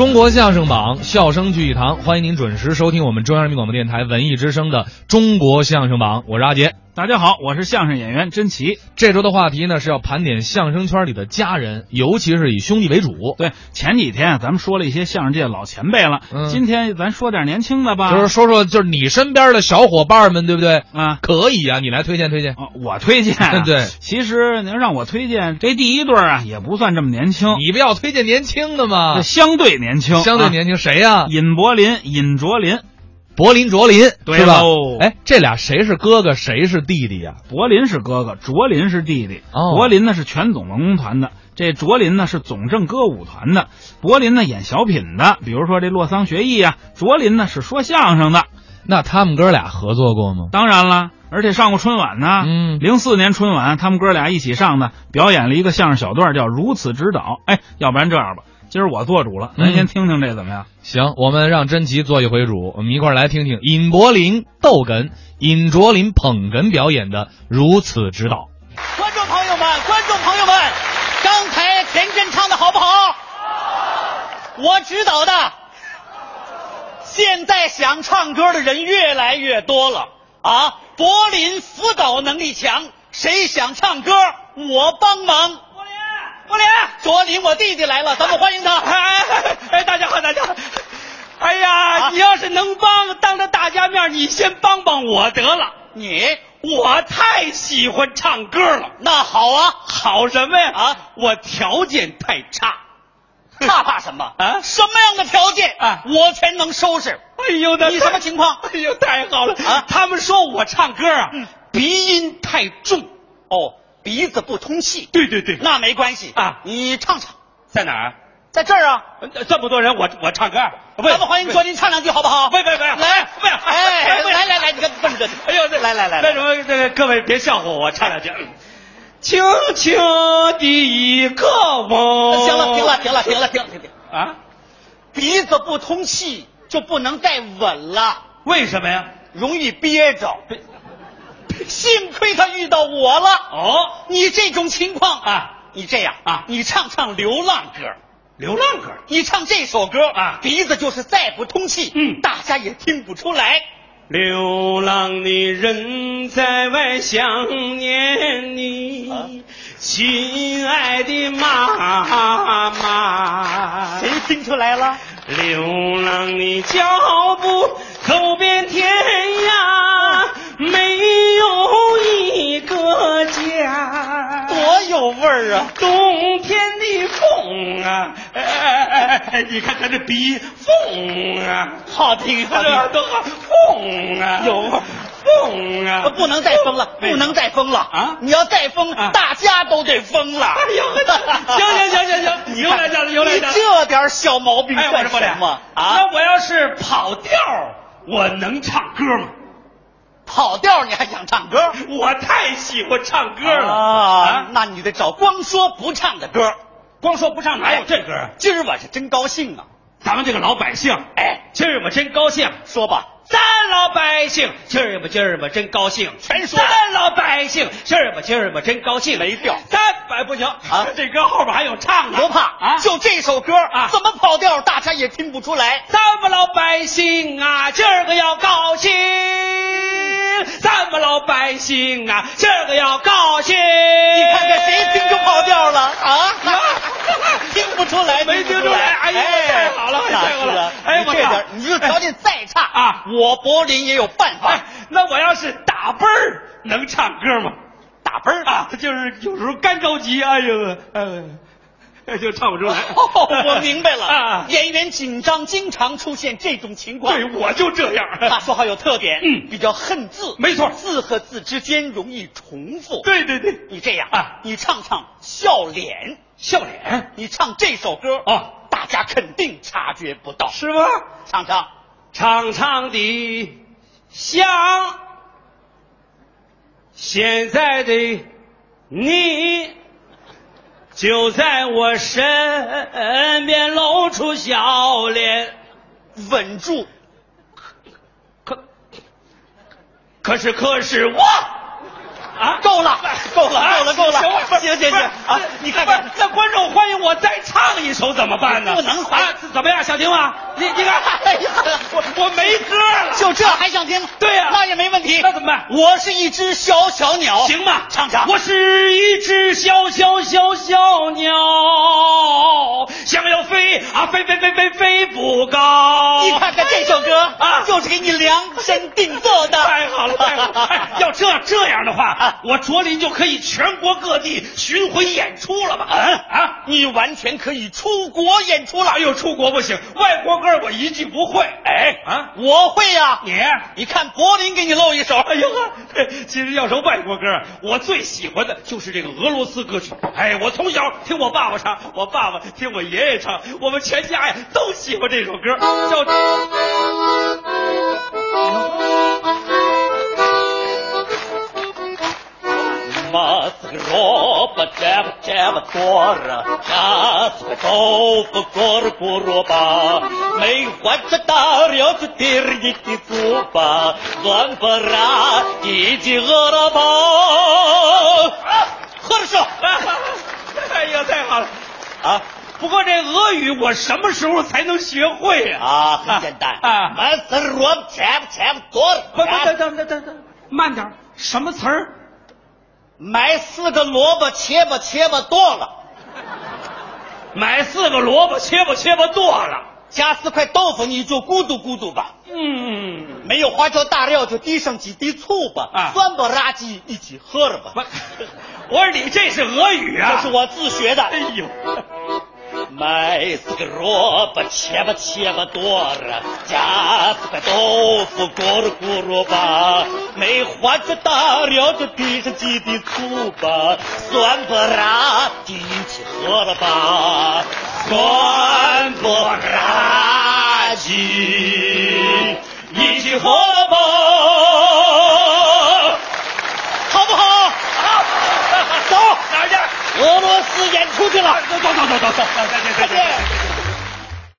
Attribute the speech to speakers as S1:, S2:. S1: 中国相声榜，笑声聚一堂，欢迎您准时收听我们中央人民广播电台文艺之声的《中国相声榜》，我是阿杰。
S2: 大家好，我是相声演员甄奇。
S1: 这周的话题呢是要盘点相声圈里的家人，尤其是以兄弟为主，
S2: 对，前几天啊咱们说了一些相声界的老前辈了，
S1: 嗯
S2: 今天咱说点年轻的吧。
S1: 就是说说就是你身边的小伙伴们，对不对？
S2: 啊，
S1: 可以啊，你来推荐推荐。。
S2: 哦我推荐、啊
S1: 对
S2: 其实您让我推荐这第一对儿啊，也不算这么年轻，
S1: 你不要推荐年轻的
S2: 这
S1: 嘛，
S2: 相对年轻，
S1: 相对年轻谁呀、
S2: 啊、尹柏林、尹卓林。
S1: 柏林、卓林，
S2: 对
S1: 是吧
S2: 喽？
S1: 哎，这俩谁是哥哥，谁是弟弟呀、
S2: 柏林是哥哥，卓林是弟弟。
S1: 哦
S2: 柏林呢是全总文工团的，这卓林呢是总政歌舞团的。柏林呢演小品的，比如说这《洛桑学艺》啊。卓林呢是说相声的。
S1: 那他们哥俩合作过吗？
S2: 当然了，而且上过春晚呢。
S1: 嗯
S2: 零四年春晚，他们哥俩一起上的，表演了一个相声小段，叫《如此指导》。哎，要不然这样吧，今儿我做主了，咱
S1: 嗯
S2: 先听听这怎么样？
S1: 行，我们让甄奇做一回主，我们一块儿来听听尹柏林逗哏、尹卓林捧哏表演的《如此指导》。
S3: 观众朋友们，观众朋友们，刚才田真唱的好不好？我指导的。现在想唱歌的人越来越多了啊！柏林辅导能力强，谁想唱歌，我帮忙。柏林，柏林，卓林，我弟弟来了，咱们欢迎他。哎，哎大家好，大家好。哎呀，你要是能帮，当着大家面，你先帮帮我得了。你，我太喜欢唱歌了。那好啊，好什么呀？啊，我条件太差。怕怕什么 啊？什么样的条件啊，我全能收拾。哎呦，你什么情况？哎呦，太好了啊！他们说我唱歌啊，
S2: 嗯
S3: 鼻音太重，哦，鼻子不通气。对对对，那没关系啊，你唱唱，在哪儿？在这儿啊！这么多人，我我唱歌，啊咱们欢迎卓林唱两句好不好？喂喂喂，来，喂，哎，来来来，你看这么着，哎呦，来来来，那什么，那个各位别笑话我，我唱两句。
S4: 轻轻的一个梦。
S3: 行了，停了，停了，停了，停了，停停。
S4: 啊？
S3: 鼻子不通气就不能再吻了，
S4: 为什么呀？
S3: 容易憋着。幸亏他遇到我了。
S4: 哦，
S3: 你这种情况
S4: 啊，
S3: 你这样
S4: 啊
S3: 你唱唱流浪歌，
S4: 流浪歌。
S3: 你唱这首歌
S4: 啊
S3: 鼻子就是再不通气，
S4: 嗯
S3: 大家也听不出来。
S4: 流浪的人在外想念你，
S3: 啊
S4: 亲爱的妈妈。
S3: 谁听出来了？
S4: 流浪的脚步走遍天
S3: 啊
S4: 涯，没有一个家。
S3: 多有味儿啊！
S4: 冬天的风啊，哎哎哎哎哎，你看他这鼻风啊，
S3: 好听，好
S4: 这耳
S3: 听。
S4: 朵啊风啊，
S3: 有味儿
S4: 风啊，
S3: 不能再疯了，
S4: 为
S3: 不能再疯了
S4: 啊
S3: 你要再疯，
S4: 啊
S3: 大家都得疯了。
S4: 哎呦呵行行行行 行你又来劲儿了又来劲儿了
S3: 你这点小毛病
S4: 哎，我
S3: 算
S4: 说
S3: 什
S4: 什
S3: 么
S4: 么
S3: 啊？
S4: 那我要是跑调儿，我能唱歌吗？
S3: 跑调你还想唱歌？
S4: 我太喜欢唱歌了
S3: 啊！！那你得找光说不唱的歌。
S4: 光说不唱哪有这歌啊儿？
S3: 今儿我是真高兴啊！
S4: 咱们这个老百姓，哎，今儿我真高兴。
S3: 说吧，
S4: 咱老百姓，今儿吧今儿吧真高兴，
S3: 全说
S4: 咱老百姓，今儿吧今儿吧真高兴，
S3: 没调
S4: 咱哎不行啊，这歌后边还有唱的，
S3: 不怕
S4: 啊，
S3: 就这首歌
S4: 啊
S3: 怎么跑调大家也听不出来。
S4: 咱们老百姓啊，今儿个要高兴，咱们老百姓啊，今儿个要高兴。
S3: 你
S4: 你
S3: 看看谁听就跑调了 啊？听不出来，
S4: 没
S3: 听
S4: 听
S3: 不
S4: 出来哎呦太好了
S3: 那
S4: 太好
S3: 是
S4: 了
S3: 了。
S4: 哎
S3: 你
S4: 我
S3: 这
S4: 操
S3: 点你这条件再差
S4: 啊
S3: 我柏林也有办法
S4: 哎。，那我要是打奔儿，能唱歌吗？
S3: 打奔儿
S4: 啊，就是有时候干着急，哎呦，呃，哎就唱不出来。
S3: 哦，我明白了
S4: 啊，
S3: 演员紧张经常出现这种情况。
S4: 对，我就这样。
S3: 他说话有特点，
S4: 嗯
S3: 比较恨字，
S4: 没错
S3: 字和字之间容易重复。，
S4: 对对对，
S3: 你这样
S4: 啊哎
S3: 你唱唱笑脸，
S4: 笑脸
S3: 你唱这首歌
S4: 哦，
S3: 大家肯定察觉不到。
S4: 是吗？
S3: 唱唱，
S4: 长长的想现在的你就在我身边露出笑脸，
S3: 稳住，
S4: 可可是可是我啊
S3: 够了，够了，够了，够了
S4: 行我不，
S3: 行
S4: 是
S3: 行
S4: 不
S3: 行
S4: 是
S3: 啊！你看
S4: 不是
S3: 看，
S4: 那观众欢迎我再唱一首怎么办呢？
S3: 不能
S4: 啊，怎么样，想听吗？你你看，
S3: 哎呀
S4: 我我没歌了，
S3: 就这还想听？
S4: 对呀
S3: 那也没问题。
S4: 那怎么办
S3: 我是一只小小鸟，
S4: 行吧？
S3: 唱唱。
S4: 我是一只小小小小鸟，想要飞啊飞飞飞飞飞不高。
S3: 你看看这首歌
S4: 啊
S3: 就是给你量身定做的。
S4: 太好了，太好了！哎，要这这样的话
S3: 啊，
S4: 我卓林就可以全国各地巡回演出了吧？啊啊！
S3: 你完全可以出国演出了。
S4: 哎呦，出国不行，外国歌我一句不会。哎啊，
S3: 我会呀、
S4: 你，
S3: 你看柏林给你露一手。
S4: 哎呦呵，其实要说外国歌，我最喜欢的就是这个俄罗斯歌曲。哎，我从小听我爸爸唱，我爸爸听我爷爷唱，我们全家呀都喜欢这首歌，叫。
S3: Мазгроба джеба джеба тора, Казка толпа гор гуруба, Мэй хуача тарёцу тирнити зуба, Глан пора иди гороба. Хорошо
S4: 哎呀，太好了！
S3: 啊
S4: 不过这俄语我什么时候才能学会呀、
S3: 啊，很简单
S4: 啊
S3: Мазгроба джеба джеба
S4: 不不
S3: тора，
S4: 等等等等等，慢点儿，什么词儿？
S3: 买四个萝卜切吧切吧剁了，
S4: 买四个萝卜，切吧切吧剁了。
S3: 加四块豆腐你就咕嘟咕嘟吧。
S4: 嗯，
S3: 没有花椒大料就滴上几滴醋吧，
S4: 啊
S3: 酸不拉几一起喝了
S4: 不啊
S3: 吧。，
S4: 我说你这是俄语啊？
S3: 这是。我自学的。
S4: 哎呦，
S3: 买四个萝卜，切吧切吧剁了，加四个豆腐，咕噜咕噜吧。没花椒大料就滴上几滴醋吧，酸不拉几一起喝了吧，酸不拉几一起喝了吧，好不好？好，走，
S4: 哪儿去？
S3: 俄罗斯演出去了。
S4: 走走走走走走，再见再见。